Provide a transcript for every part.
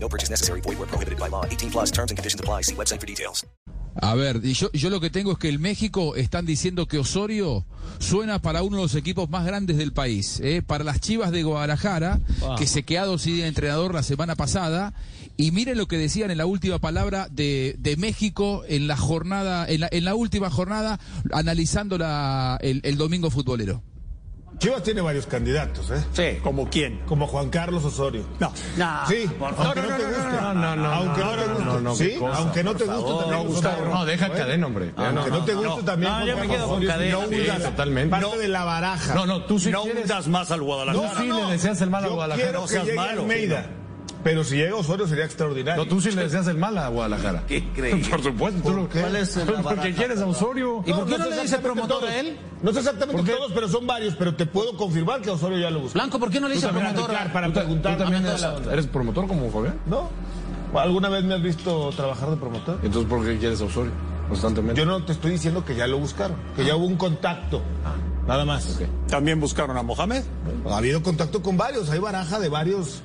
No purchase necessary. Void where prohibited by law. 18 plus terms and conditions apply. See website for details. A ver, y yo, yo lo que tengo es que el México están diciendo que Osorio suena para uno de los equipos más grandes del país, ¿eh? para las Chivas de Guadalajara, que se quedó sin entrenador la semana pasada. Y miren lo que decían en la última palabra de, de México en la jornada, en la, en la última jornada, analizando la, el, el domingo futbolero. Chivas tiene varios candidatos, ¿eh? Sí. ¿Como quién? Como Juan Carlos Osorio. No. No, Sí. por favor. Aunque no te guste. no, no, no, Aunque no, no te no, guste. no, no, sí. qué cosa, aunque no por te guste favor. también. No, Gustavo, no, deja el Cadena, hombre. Ya ¿eh? Aunque no, no te no, guste no. también. No, yo Juan me quedo Carlos con Osorio es Cadena. No Sí, hundas. totalmente. Parte No. de la baraja. No, no, tú sí no quieres- hundas más al No, Tú Guadalajara. no, sí no. le deseas el mal a Yo Guadalajara. quiero No que seas llegue malo, Almeida. Pero si llega Osorio sería extraordinario. No, tú sí le deseas el mal a Guadalajara. ¿Qué crees? Por supuesto. ¿tú lo que- ¿Cuál es la Porque baraja? quieres a Osorio. ¿Y por qué no le sé dice exactamente promotor todos. a él? No sé exactamente ¿Por qué? todos, pero son varios. Pero te puedo confirmar que Osorio ya lo busca. Blanco, ¿por qué no le dice también promotor? aplicar a- para Tú ta- tú preguntar. también a eres, Mendoza. eres promotor como Fabián. ¿No? ¿Alguna vez me has visto trabajar de promotor? Entonces, ¿por qué quieres a Osorio constantemente? Yo no te estoy diciendo que ya lo buscaron, que ya hubo un contacto. Ah. Nada más. ¿También buscaron a Mohamed? Ha habido contacto con varios, hay baraja de varios.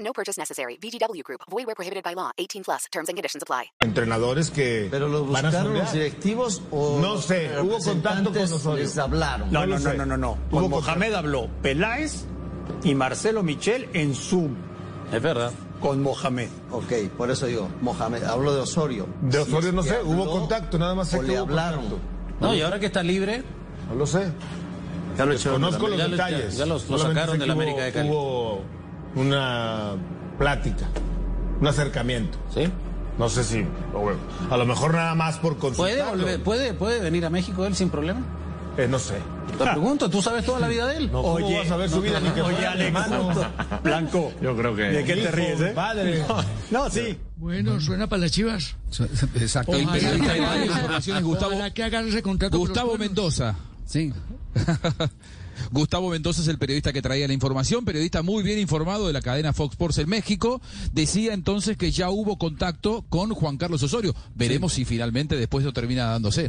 No purchase necessary. VGW Group. Void where prohibited by law. 18 plus. Terms and conditions apply. Entrenadores que. ¿Pero los van a buscaron estudiar. los directivos o No los sé, hubo contacto con representantes Osorio. les hablaron? No, lo no, no, sé. no, no, no. Hubo Con Mohamed habló Peláez y Marcelo Michel en Zoom Es verdad. con Mohamed. Ok, por eso digo, Mohamed, hablo de Osorio. De Si Osorio es no que sé, hubo habló contacto, nada más sé O que le hubo hablaron. No, y ahora que está libre, No lo sé. ya lo echaron de la Desconozco los América, ya lo- detalles. Ya, ya los- lo Solamente sé sacaron de la que América de Cali. hubo, hubo una plática, un acercamiento. ¿Sí? No sé si. o bueno, a lo mejor nada más por ¿Puede, consultarlo. volver- puede, ¿Puede venir a México él sin problema? Eh, no sé. Te pregunto, ¿tú sabes toda la vida de él? No, ¿cómo vas a ver su vida ni que oye, fuera Alex, alemán? Blanco. Yo creo que- ¿De qué te ríes, eh? Padre. No, sí. Bueno, suena para las chivas. Exacto. El periodista de varias informaciones, Gustavo, Gustavo Mendoza. Sí. Gustavo Mendoza es el periodista que traía la información, periodista muy bien informado de la cadena Fox Sports en México. Decía entonces que ya hubo contacto con Juan Carlos Osorio. Veremos si finalmente después lo termina dándose.